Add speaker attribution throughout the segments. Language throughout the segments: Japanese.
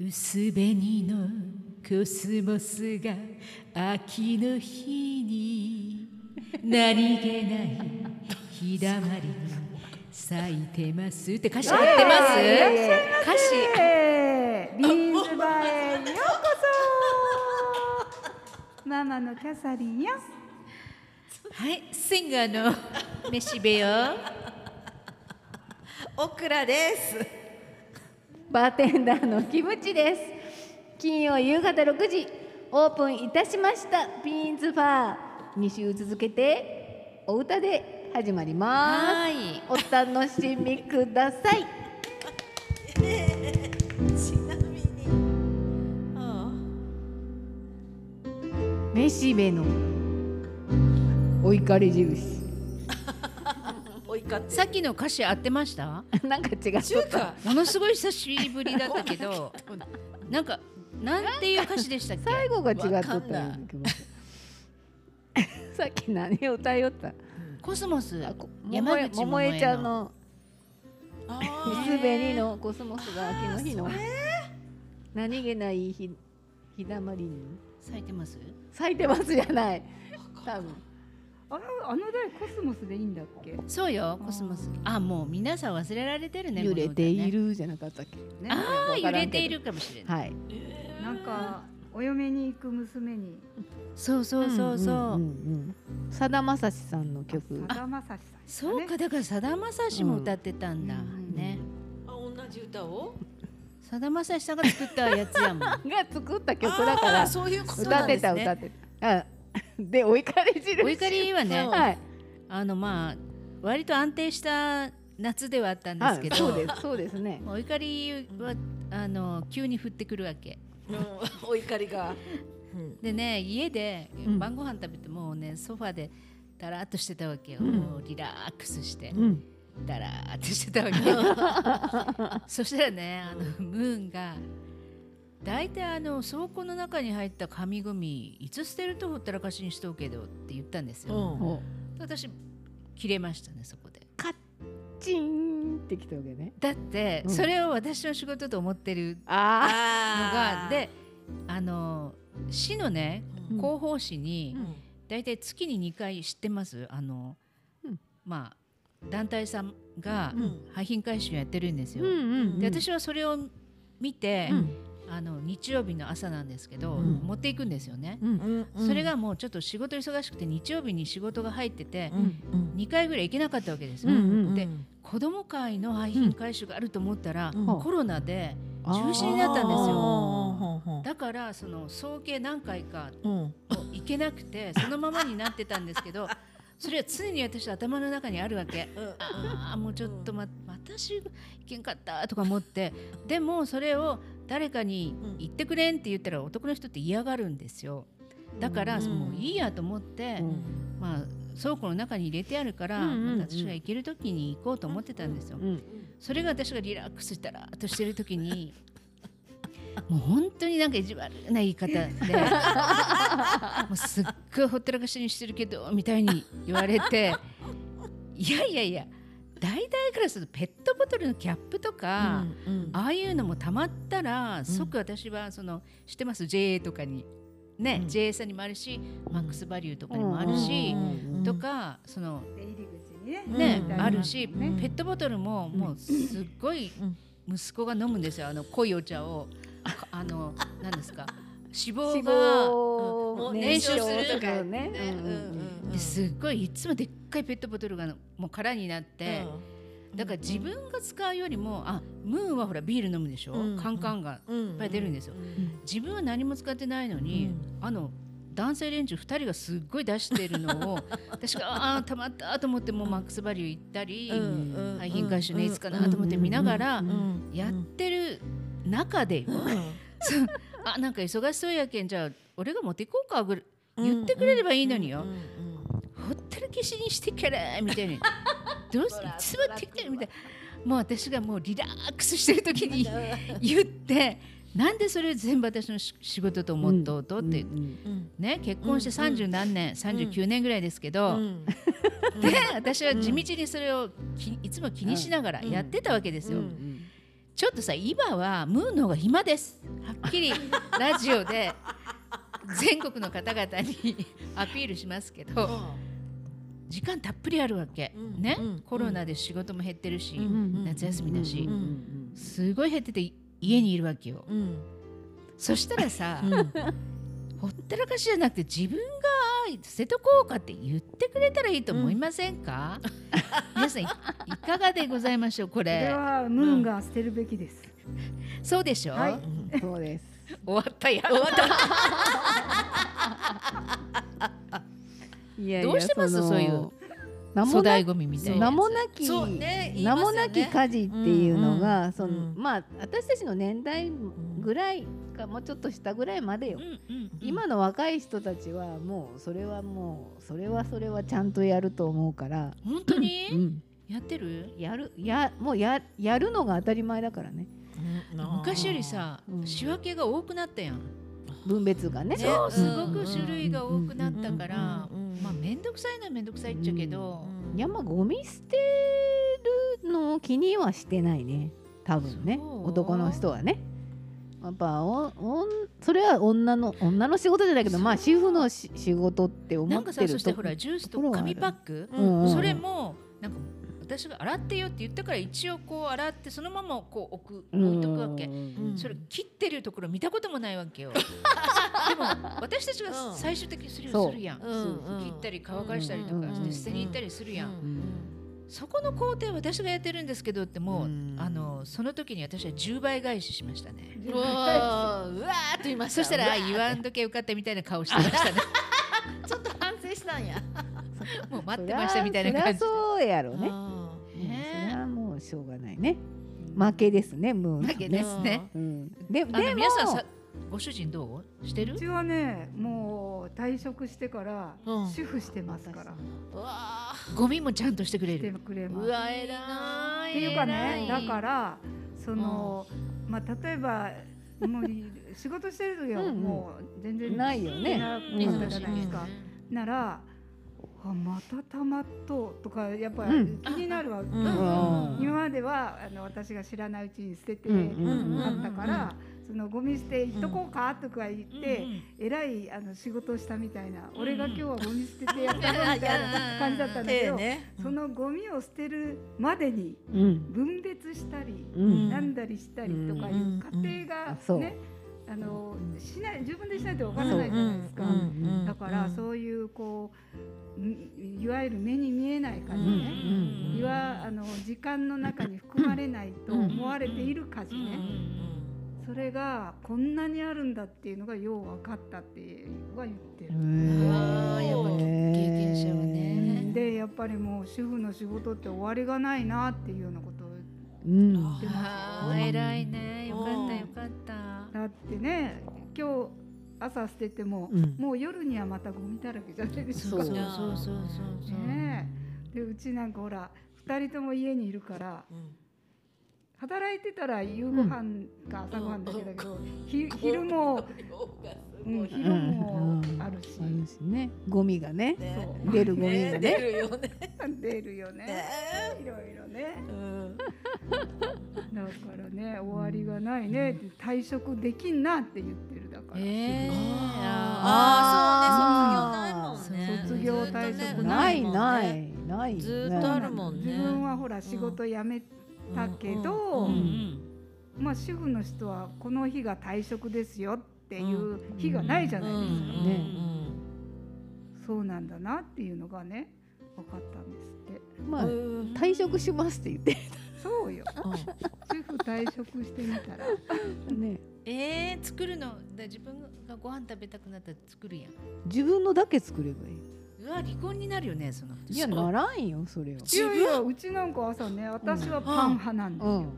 Speaker 1: 薄紅のコスモスが秋の日に 何気ない日だまりに咲いてますって歌詞合ってます歌詞
Speaker 2: えービーンズバーへようこそママのキャサリンよ
Speaker 1: はいシンガー の飯部よ
Speaker 3: オクラです。
Speaker 4: バーテンダーのキムチです金曜夕方6時オープンいたしましたビーンズバー2週続けてお歌で始まりま
Speaker 1: い
Speaker 4: すお楽しみください
Speaker 3: ちなみに。あ
Speaker 4: めしべのお怒り印
Speaker 3: あ、おいかって。
Speaker 1: さっきの歌詞合ってました
Speaker 4: なんか違う
Speaker 3: 中華。
Speaker 1: ものすごい久しぶりだったけ どなんかなんていう歌詞でしたっけ
Speaker 4: 最後が違っとっ
Speaker 3: わ
Speaker 4: たよ
Speaker 3: かん
Speaker 4: う
Speaker 3: な
Speaker 4: ない気もするさっき何を歌いよった
Speaker 1: コスモス
Speaker 4: あこ
Speaker 1: 山口
Speaker 4: ももえちゃんの
Speaker 3: あ
Speaker 4: 「み
Speaker 3: あ
Speaker 4: すべりのコスモスが秋の日の何気ない日日だまりに
Speaker 1: 咲いてます
Speaker 4: 咲いてます」じゃない多分
Speaker 2: ああの台コスモスでいいんだっけ
Speaker 1: そうよコスモスあもう皆さん忘れられてるね
Speaker 4: 揺れてい
Speaker 1: る
Speaker 4: るじゃなかったっけ
Speaker 2: ね
Speaker 1: ああ
Speaker 4: わ
Speaker 1: 揺
Speaker 4: から
Speaker 1: れ
Speaker 4: んけど
Speaker 1: ているかもしれない
Speaker 4: はい
Speaker 2: なんかお嫁に行く娘に
Speaker 1: そうそうそうそ
Speaker 4: ん
Speaker 1: うん
Speaker 4: んうんさだまさしさんの曲
Speaker 2: さだまさしさんですね
Speaker 1: そうかだからさだまさしも歌ってたんだ
Speaker 4: うん
Speaker 1: ね
Speaker 3: 同じ歌を。
Speaker 1: さだまさしさんが作ったやつやも ん
Speaker 4: が作った曲だか
Speaker 3: あー
Speaker 4: ら
Speaker 3: そういうこと
Speaker 4: 歌
Speaker 3: な
Speaker 4: っ
Speaker 3: んで
Speaker 4: て
Speaker 3: すね。
Speaker 4: た歌ってたあでお怒り印
Speaker 1: お怒りはね
Speaker 4: はい
Speaker 1: あのまあ割と安定した夏ではあったんですけ
Speaker 4: はいそう
Speaker 1: ど
Speaker 4: ですそうですね
Speaker 1: お怒りはあの急に降ってくるわけ
Speaker 3: うんお怒りが。うん
Speaker 1: でね家で
Speaker 4: うん
Speaker 1: 晩ご飯食べてもうねソファでだらーっとしてたわけよ、
Speaker 4: うん
Speaker 1: もうリラックスして
Speaker 4: うん
Speaker 1: だらーっとしてたわけそしたらねあのムーンが大体あの倉庫の中に入った紙ゴミいつ捨てるとほったらかしにしとうけどって言ったんですよ、
Speaker 3: うん。
Speaker 4: お
Speaker 1: 私切れましたねそこで
Speaker 4: チーンってきたわけね
Speaker 1: だって、
Speaker 4: うん
Speaker 1: それを私の仕事と思ってる
Speaker 4: ああ
Speaker 1: の
Speaker 3: あ
Speaker 1: が
Speaker 3: あ。
Speaker 1: であの市のね
Speaker 3: うん。
Speaker 1: 広報誌に、
Speaker 3: うん
Speaker 1: 大体月に2回知ってますあの、
Speaker 4: うん
Speaker 1: まあ団体さんが
Speaker 3: うん
Speaker 1: 廃品回収やってるんですよ。
Speaker 4: うん
Speaker 1: で私はそれを見て、
Speaker 4: うん
Speaker 1: あの日曜日の朝なんですけど、
Speaker 3: うん
Speaker 1: 持っていくんですよね、
Speaker 4: うん
Speaker 3: うん
Speaker 1: それ。がもうちょっと仕事忙しくて日曜日に仕事が入ってて
Speaker 3: う、んうん
Speaker 1: 2回ぐらい行けなかったわけです
Speaker 4: う
Speaker 1: よ。
Speaker 4: んうん
Speaker 1: で子ども会の廃品回収があると思ったら、
Speaker 3: うん
Speaker 1: コロナで
Speaker 4: あー
Speaker 1: 中止になったんですよ。
Speaker 3: よ
Speaker 1: だからその総計何回か
Speaker 3: うん。
Speaker 1: 行けなくてそのままになってたんです けどそれは常に私の頭の中にあるわけ。
Speaker 3: うん
Speaker 1: ああもうちょっとま私行けんかったとか思ってでもそれを誰かに
Speaker 3: うん
Speaker 1: 言ってくれんって言ったら男の人って嫌がるんですよだから、
Speaker 3: うん
Speaker 1: もういいやと思って、
Speaker 4: うん
Speaker 1: まあ、倉庫の中に入れてあるから、
Speaker 4: うんうんうん
Speaker 1: また私が行ける時に行こうと思ってたんですよ、
Speaker 4: うん
Speaker 1: それが私がリラックスしたらーっとしてる時に もう本当になんか意地悪な言い方で もうすっごいほったらかしにしてるけどみたいに言われていやいやいや大体からするとペットボトルのキャップとか、
Speaker 3: うん
Speaker 1: ああいうのもたまったら即私はその知ってます JA とかにね、
Speaker 3: うん
Speaker 1: JA さんにもあるし、マックスバリューとかにもあるし、
Speaker 3: うん
Speaker 1: とかその
Speaker 2: で入り口にね
Speaker 1: ね、
Speaker 3: うん
Speaker 1: あるし、
Speaker 3: うん
Speaker 1: ペットボトルももうすっごい
Speaker 3: うん
Speaker 1: 息子が飲むんですよあの濃いお茶をかあの何ですか脂
Speaker 4: 脂
Speaker 1: 肪が
Speaker 4: 肪
Speaker 3: も
Speaker 4: を
Speaker 3: う
Speaker 1: 燃焼する
Speaker 4: とかね
Speaker 3: ね
Speaker 4: うんうん
Speaker 3: うん
Speaker 1: ですっごいいつもでっかいペットボトルがもう空になって、だから自分が使うよりもあムーンはほらビール飲むでしょ、
Speaker 3: うん
Speaker 1: カンカンが
Speaker 3: い
Speaker 1: いっぱい出るんですよ、自分は何も使ってないのに、あの男性連中2人がすっごい出してるのを 私がああたまったと思ってもうマックスバリュー行ったり、廃品回収ねいつかなと思って見ながらやってる中でよ、あなんか忙しそうやけんじゃあ俺が持っていこうかぐらい言ってくれればいいのによほったらけしにしてからみたいにどうすいつもってきてるみたいなもう私がもうリラックスしてる時 に言ってなんでそれを全部私の仕仕事と思っとうとって、ね結婚して三十何年、39年ぐらいですけど、で私は地道にそれをきいつも気にしながらやってたわけですよ。
Speaker 3: うん
Speaker 4: うん
Speaker 1: ちょっとさ今はムーンの方が暇ですはっきりラジオで全国の方々にアピールしますけど時間たっぷりあるわけ、
Speaker 3: うん
Speaker 1: ね、
Speaker 3: うん
Speaker 1: コロナで仕事も減ってるし、
Speaker 3: うん
Speaker 1: 夏休みだし、
Speaker 3: うん
Speaker 1: すごい減ってて家にいるわけよ、
Speaker 3: うん
Speaker 1: そしたらさ、
Speaker 3: うん
Speaker 1: ほったらかしじゃなくて自分が瀬戸効果って言ってくれたらいいと思いませんか、皆さんいいかがでございましょうこ
Speaker 2: これ
Speaker 1: れ
Speaker 2: はムーンが捨てるべきです。
Speaker 1: そうでしょ、
Speaker 2: はい
Speaker 5: そうです。
Speaker 1: 終わったや終わった
Speaker 5: いやいや
Speaker 1: どうしてます
Speaker 5: の
Speaker 1: そういう
Speaker 5: 名も
Speaker 1: 粗
Speaker 5: な
Speaker 1: 大ゴミみたいな
Speaker 5: 名
Speaker 1: やつ
Speaker 5: もなき、
Speaker 3: そうね言い
Speaker 5: 名
Speaker 3: ますよ
Speaker 5: も
Speaker 3: ね
Speaker 5: なき家事っていうのが、その
Speaker 3: うん
Speaker 5: まあ私たちの年代ぐらいかもうちょっと下ぐらいまでよ
Speaker 1: う。んうん
Speaker 5: 今の若い人たちはもうそれはもうそれはそれはちゃんとやると思うから、
Speaker 1: 本当
Speaker 5: う
Speaker 1: に
Speaker 5: ん、
Speaker 1: やってる
Speaker 5: やるやもうややるのが当たり前だからね
Speaker 1: 昔よりさ
Speaker 5: うん
Speaker 1: 仕分けが多くなったやん
Speaker 5: 分別がね。
Speaker 3: ね
Speaker 1: そうすご
Speaker 3: うんうんう
Speaker 1: く
Speaker 3: ん
Speaker 1: 種類が多くなったから
Speaker 3: うんうんうん
Speaker 1: まあ面倒くさいのは面倒くさいっちゃけど
Speaker 3: うん
Speaker 5: いやまあゴミ捨てるのを気にはしてないね多分ね
Speaker 1: そう
Speaker 5: 男の人はねやっぱおおんそれは女の女の仕事じゃないけどまあ主婦のし仕事って思
Speaker 1: なん
Speaker 5: って
Speaker 1: か
Speaker 5: る
Speaker 1: さ
Speaker 5: と
Speaker 1: そしてほらジュースと
Speaker 5: ところはある
Speaker 1: 紙パック
Speaker 5: うんうん
Speaker 1: それもなんか私が洗ってよって言ったから一応こう洗ってそのままこう置く置いとくわけ
Speaker 5: う。
Speaker 3: うん
Speaker 5: ん
Speaker 1: それ切ってるところ見たこともないわけ よ。でも私たちが
Speaker 3: うん
Speaker 1: 最終的にそれ
Speaker 5: そ
Speaker 1: を
Speaker 5: う
Speaker 1: するやん。
Speaker 3: うんうん
Speaker 1: 切ったり乾かしたりとか
Speaker 5: うんう
Speaker 1: し
Speaker 5: ん
Speaker 1: て捨てに行ったりするやん。
Speaker 3: うん
Speaker 1: そこの工程私がやってるんですけどってもう、
Speaker 3: うん
Speaker 1: あのその時に私は10倍返ししましたね。
Speaker 3: うわーうわーって言いました
Speaker 1: そしたらあ
Speaker 3: うわー
Speaker 1: 言わんとけ受かったみたいな顔してましたね。
Speaker 3: ちょっと反省したんや
Speaker 1: もう待ってましたみたいな感じ
Speaker 5: そりゃそうやろうね
Speaker 3: あー
Speaker 5: うんそ
Speaker 1: ね
Speaker 5: れはもうしょうがないね負けですねムーン
Speaker 1: 負けですね。
Speaker 5: うんで
Speaker 1: あの
Speaker 5: でも
Speaker 1: 皆さんさご主人どうしてる
Speaker 2: うちはね、もう退職してから
Speaker 3: うん
Speaker 2: 主婦してますから。
Speaker 3: うわー
Speaker 1: ゴミもちゃんとしてくれ
Speaker 2: して
Speaker 1: る。
Speaker 2: くれます
Speaker 3: う。わえら
Speaker 2: っ
Speaker 3: い
Speaker 2: ていうか
Speaker 1: 偉
Speaker 2: ね
Speaker 1: い
Speaker 2: だからその、まあ例えばもうい仕事してる時は
Speaker 5: うんうん
Speaker 2: もう全然
Speaker 5: ないよね
Speaker 2: な
Speaker 1: うん
Speaker 2: ことじゃないですか
Speaker 1: う、
Speaker 2: ならあまたたまっととかやっぱ
Speaker 5: うん
Speaker 2: 気になるわ、
Speaker 3: うん
Speaker 5: うん
Speaker 2: 今まではあの私が知らないうちに捨てて
Speaker 5: うんうんうん
Speaker 2: あったから、そのゴミ捨て行っとこうかとか言って、
Speaker 1: うんうん
Speaker 2: えらいあの仕事をしたみたいな、
Speaker 1: うん
Speaker 2: 俺が今日はゴミ捨ててやったぞみたいな感じだったんだけ
Speaker 3: 手
Speaker 2: ど、
Speaker 3: ね
Speaker 2: そのゴミを捨てるまでに
Speaker 5: うん
Speaker 2: 分別したり、
Speaker 5: うん
Speaker 2: なんだりしたりとかい
Speaker 3: うん
Speaker 2: う過程が
Speaker 5: あそう
Speaker 2: ね、あのしない自分でしないとわ
Speaker 3: う
Speaker 2: か
Speaker 3: ん
Speaker 2: らないじゃないですか。
Speaker 3: うんうん
Speaker 2: だから
Speaker 3: うん
Speaker 2: そういうこうんいわゆる目に見えない家事
Speaker 3: うん
Speaker 2: ね、
Speaker 1: うん
Speaker 2: いわあの時間の中に含まれないと思われている家事
Speaker 1: うんうんう
Speaker 2: ね、
Speaker 1: ん
Speaker 2: それがこんなにあるんだっていうのがよう分かったっていうは言ってる。
Speaker 1: あーやっぱ経験者はね
Speaker 2: でやっぱりもう主婦の仕事って終わりがないなっていうようなことを
Speaker 5: うん
Speaker 2: 言ってますよ。
Speaker 1: あー偉いねよかった
Speaker 3: うん
Speaker 1: よかった
Speaker 2: だってね今日朝捨てても、
Speaker 5: うん
Speaker 2: もう夜にはまたゴミだらけじゃないです
Speaker 1: そ
Speaker 2: か。
Speaker 1: う
Speaker 5: そ
Speaker 1: そうう
Speaker 3: だ
Speaker 1: そうそうそう
Speaker 2: ねえでうちなんかほら2人とも家にいるから
Speaker 3: うん
Speaker 2: 働いてたら夕ご飯か朝ごはんだけだけど、ひ昼も、う
Speaker 3: うん
Speaker 2: ん、
Speaker 3: ね
Speaker 2: 昼もあるし、
Speaker 5: あるしねゴミがね
Speaker 2: そ
Speaker 5: 出るゴミ
Speaker 3: ね
Speaker 5: が
Speaker 3: 出
Speaker 5: ね
Speaker 3: るよね
Speaker 2: う 出るよね
Speaker 3: ね
Speaker 2: いろいろね
Speaker 3: うん
Speaker 2: だからね終わりがないね退職できんなって言ってるだから、
Speaker 1: えー
Speaker 3: ああそうね
Speaker 2: 卒
Speaker 3: 卒
Speaker 2: 業
Speaker 3: 業
Speaker 2: ないもんね卒業退
Speaker 3: ないもんね
Speaker 2: 職
Speaker 5: ないな
Speaker 3: もんね
Speaker 5: いないね
Speaker 3: ずーっとあるもんね
Speaker 2: 自分はほら仕事辞めだけ
Speaker 1: ー
Speaker 2: ど
Speaker 5: うん
Speaker 2: まあ、主婦の人はこの日が退職ですよっていう日がないじゃ
Speaker 3: うん
Speaker 2: ないですか、
Speaker 3: うん
Speaker 2: そうなんだなっていうのがね分かったんですって
Speaker 5: まあ
Speaker 3: うん
Speaker 5: 退職しますって言って
Speaker 2: そう よ主婦退職してみたら
Speaker 5: ね
Speaker 1: えー作るのだ自分がご飯食べたくなったら作るやん
Speaker 5: 自分のだけ作ればいいう
Speaker 1: わ離婚になるよねその
Speaker 5: いや
Speaker 3: そう
Speaker 5: ならんよそれはい
Speaker 2: やいやうちなんか朝ね私はパン派なんです
Speaker 5: う
Speaker 2: よ、
Speaker 5: ん
Speaker 3: うん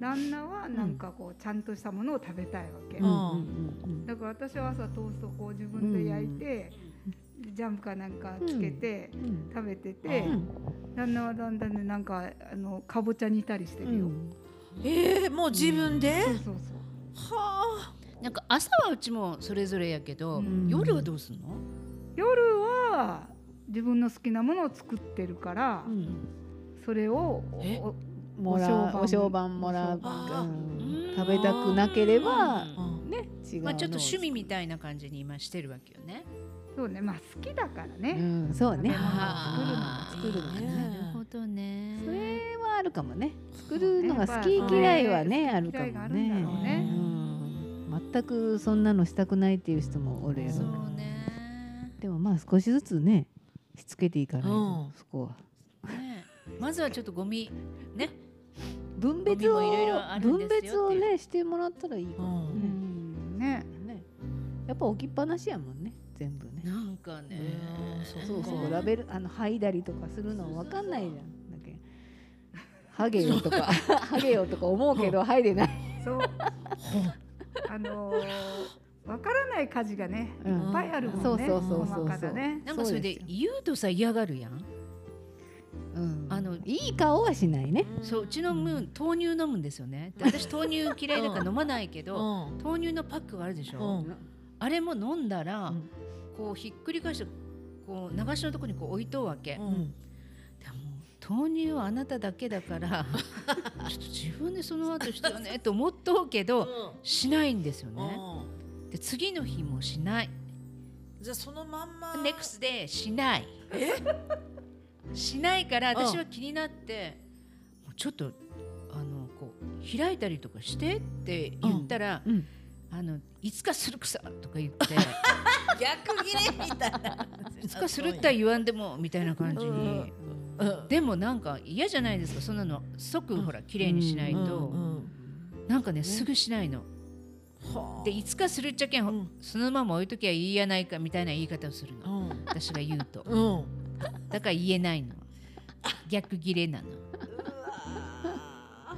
Speaker 2: 旦那はなんかこうちゃんとしたものを食べたいわけ、
Speaker 5: うんう
Speaker 3: うんん
Speaker 5: うん
Speaker 2: だから私は朝トーストをこう自分で焼いて、ジャムかなんかつけて、
Speaker 5: うん
Speaker 2: 食べてて、
Speaker 5: うん
Speaker 2: 旦那はだんだんねなんかあのかぼちゃ煮たりしてるよ、
Speaker 3: えーもう自分で
Speaker 2: そうそうそう
Speaker 3: は
Speaker 1: なんか朝はうちもそれぞれやけど
Speaker 2: うん
Speaker 1: 夜はどうすんの
Speaker 2: 夜は自分の好きなものを作ってるから、
Speaker 5: うん
Speaker 2: それを
Speaker 1: え
Speaker 2: お
Speaker 5: もらう
Speaker 2: お商
Speaker 5: お商
Speaker 2: 売
Speaker 5: 売もらう、
Speaker 3: あ
Speaker 5: うん食べたくなければ
Speaker 1: うん
Speaker 3: うん
Speaker 5: ね違うのを
Speaker 1: まあちょっと趣味みたいな感じに今してるわけよね。
Speaker 2: そうねまあ好きだから
Speaker 5: う
Speaker 2: ね、
Speaker 5: んそうね
Speaker 1: あー
Speaker 5: 作るの
Speaker 3: いい
Speaker 1: な
Speaker 3: ね
Speaker 1: るほどね。
Speaker 5: それはあるかもね作るのが好き嫌いはねあるか
Speaker 2: 嫌いが
Speaker 5: も
Speaker 2: あるんだ
Speaker 5: ね
Speaker 2: ろう
Speaker 5: う
Speaker 2: ね、
Speaker 5: ん全くそんなのしたくないっていう人もおるや
Speaker 1: そ
Speaker 5: ろ
Speaker 1: うね。
Speaker 5: でもまあ少しずつねしつけていかないと、
Speaker 3: うん
Speaker 5: そこは
Speaker 1: ねまずはちょっとゴミね。
Speaker 5: 分別を
Speaker 1: ゴミもいろいろあるん
Speaker 5: 分
Speaker 1: です
Speaker 5: 別
Speaker 1: よっ
Speaker 5: を
Speaker 1: ていう
Speaker 5: ねしてもらったらいいか
Speaker 3: う
Speaker 5: も、
Speaker 2: うんん、ね
Speaker 5: ねやっぱ置きっぱなしやもんね全部ね
Speaker 1: なんかね
Speaker 3: うん。そう
Speaker 5: そうそ
Speaker 3: ね
Speaker 5: うラベルあの剥いだりとかするの分かんないじゃんだけハゲよとかハゲよとか思うけど剥いでない
Speaker 2: そうあのーわからない家事がねい
Speaker 5: うん
Speaker 2: っぱいあるもんね、
Speaker 5: そうそうそうそ
Speaker 2: 細
Speaker 5: う
Speaker 2: かだね
Speaker 1: なんかそれで言うとさ嫌がるやん。
Speaker 5: うん
Speaker 1: あの
Speaker 5: いい顔はしないね
Speaker 1: そううちのムーン豆乳飲むんですよね。で私豆乳嫌いだから飲まないけ
Speaker 3: う
Speaker 1: ど、
Speaker 3: ん
Speaker 1: 豆乳のパックがあるでしょ。
Speaker 3: うん
Speaker 1: あれも飲んだら、
Speaker 3: うん
Speaker 1: こうひっくり返してこう流しのとこにこう置いとうわけ、
Speaker 3: うん
Speaker 1: でも豆乳はあなただけだからちょっと自分でその後してよねと思っとうけどしないんですよね
Speaker 3: う
Speaker 1: で次の日もしない
Speaker 3: んじゃあそのまんま
Speaker 1: ネクスでしないしないから
Speaker 3: うん
Speaker 1: 私は気になって、もうちょっとあのこう開いたりとかしてって言ったら、
Speaker 5: うんうん
Speaker 1: あのいつかするくさとか言って。
Speaker 3: 逆切れみたいな
Speaker 1: いつかするったら言わんでもみたいな感じ
Speaker 3: う
Speaker 1: に
Speaker 3: ん、うん
Speaker 1: でもなんか嫌じゃないですかそんなの即
Speaker 3: うん
Speaker 1: ほら綺麗にしないと、
Speaker 3: うんうん
Speaker 1: なんかねすぐしないの、
Speaker 3: はあ
Speaker 1: でいつかするっちゃけん、
Speaker 3: うん
Speaker 1: そのまま置いときゃいいやないかみたいな言い方をするの、
Speaker 3: うん
Speaker 1: 私が言うと
Speaker 3: うんう
Speaker 1: だから言えない の逆切れなの
Speaker 3: わ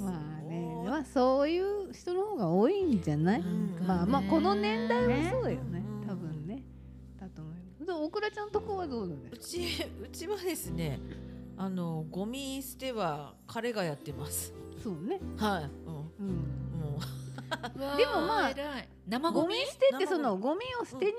Speaker 5: まあね
Speaker 3: そう
Speaker 5: まあそういう人の方が多いんじゃない、
Speaker 3: うん
Speaker 5: まあまあこの年代はそうよね
Speaker 3: ね
Speaker 5: 多分ねだと思いますで大倉ちゃんとこはどうなの
Speaker 3: うちうちはですねあのゴミ捨ては彼がやってます
Speaker 5: そうね、
Speaker 3: はいうん
Speaker 5: うん、
Speaker 3: も
Speaker 1: でもまあ生ゴ
Speaker 5: ゴ
Speaker 1: ミ
Speaker 5: ミ捨てってそのゴミを捨てに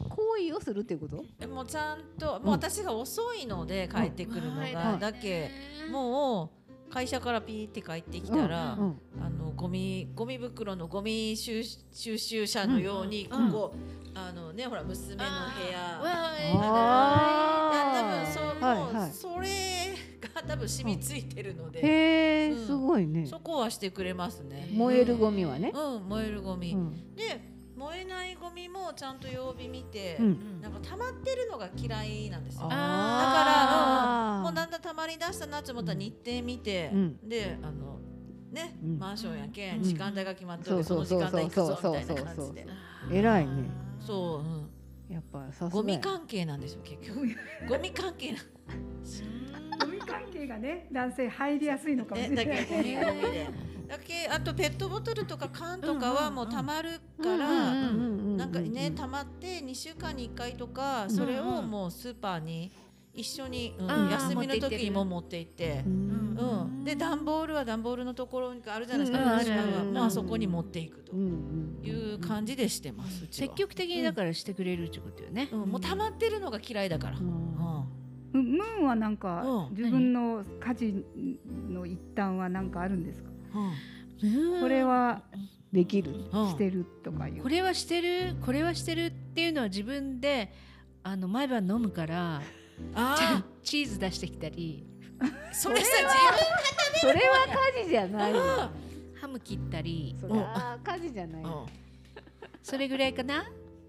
Speaker 5: 行く行為をするっていうこと、
Speaker 3: うもうちゃんと
Speaker 5: うん
Speaker 3: もう私が遅いので帰ってくるのがだけ
Speaker 1: も
Speaker 3: もう会社からピーって帰ってきたら、
Speaker 1: うん
Speaker 5: うん
Speaker 3: あのゴミゴミ袋のゴミ収収集車のようにこ
Speaker 1: うん
Speaker 3: こ、あのねほら娘の部
Speaker 1: う
Speaker 3: 屋
Speaker 1: わ
Speaker 5: あ
Speaker 1: ー
Speaker 5: ー
Speaker 3: 多分そう
Speaker 5: はい
Speaker 3: も
Speaker 5: は
Speaker 3: う
Speaker 5: い
Speaker 3: それが多分染みついてるので、
Speaker 5: へえ、
Speaker 3: うん
Speaker 5: すごいね
Speaker 3: そこはしてくれますね。
Speaker 5: 燃えるゴミはね、
Speaker 3: うん燃えるゴミ、
Speaker 5: うん
Speaker 3: で燃えないゴミもちゃんと曜日見て、
Speaker 5: うん
Speaker 3: なんか溜まってるのが嫌いなんですよ。だ
Speaker 1: あ
Speaker 3: から、
Speaker 5: あー
Speaker 3: うんもうだんだん溜まり出したなと思ったら日程見て、
Speaker 5: うん
Speaker 3: であのね、
Speaker 5: うん
Speaker 3: マンションやけ
Speaker 5: うん
Speaker 3: ん時間帯が決まって
Speaker 5: そう
Speaker 3: る、そ
Speaker 5: そ
Speaker 3: の
Speaker 5: う
Speaker 3: 時
Speaker 5: そう
Speaker 3: 間
Speaker 5: そ
Speaker 3: 帯
Speaker 5: う
Speaker 3: 行
Speaker 5: そう
Speaker 3: くぞみたいな
Speaker 5: そう
Speaker 3: 感
Speaker 5: そう
Speaker 3: じで
Speaker 5: 偉いね
Speaker 3: そう、うん
Speaker 5: やっぱさす
Speaker 3: ゴ
Speaker 5: が
Speaker 3: ミ
Speaker 5: や
Speaker 3: 関係なんですよ結 局ゴミ関係なん
Speaker 2: ゴミ関係がね男性入りやすいのかもしれな
Speaker 3: でだ
Speaker 2: い、
Speaker 3: けゴミ
Speaker 1: ね
Speaker 3: ゴミでだけあとペットボトルとか缶とかはもう溜まる
Speaker 5: う
Speaker 3: か
Speaker 5: ん
Speaker 3: ら、
Speaker 5: うんうんうんうん
Speaker 3: なんかね溜まって2週間に1回とかそれをもうスーパーに一緒に、うん
Speaker 1: あー
Speaker 3: 休みの時にも持って行って
Speaker 5: う。
Speaker 1: うん
Speaker 5: ん
Speaker 3: うん、で段ボールは段ボールのところにあるじゃないですか、
Speaker 1: うん
Speaker 3: フィニッシュ
Speaker 1: あるある
Speaker 3: パンはまあそこに持っていくと
Speaker 5: うんうん
Speaker 3: いう感じでしてます、うちは
Speaker 1: 積極的にだからしてくれるってことよね、
Speaker 3: うん、もう溜まってるのが嫌いだから、う
Speaker 5: うんん
Speaker 2: うんムーンはなんか、
Speaker 3: うん
Speaker 2: 自分の家事の一端は何かあるんですか、
Speaker 1: うん
Speaker 2: これは
Speaker 5: できる
Speaker 3: うん
Speaker 2: してるとかいう、
Speaker 1: これはしてるこれはしてるっていうのは自分であの毎晩飲むから
Speaker 3: あ
Speaker 1: チーズ出してきたり
Speaker 3: あそれさ
Speaker 5: それは家事じゃないよ
Speaker 1: ハム切ったり
Speaker 5: それは家事じゃない
Speaker 3: 自分
Speaker 5: よ、
Speaker 1: それぐらいかな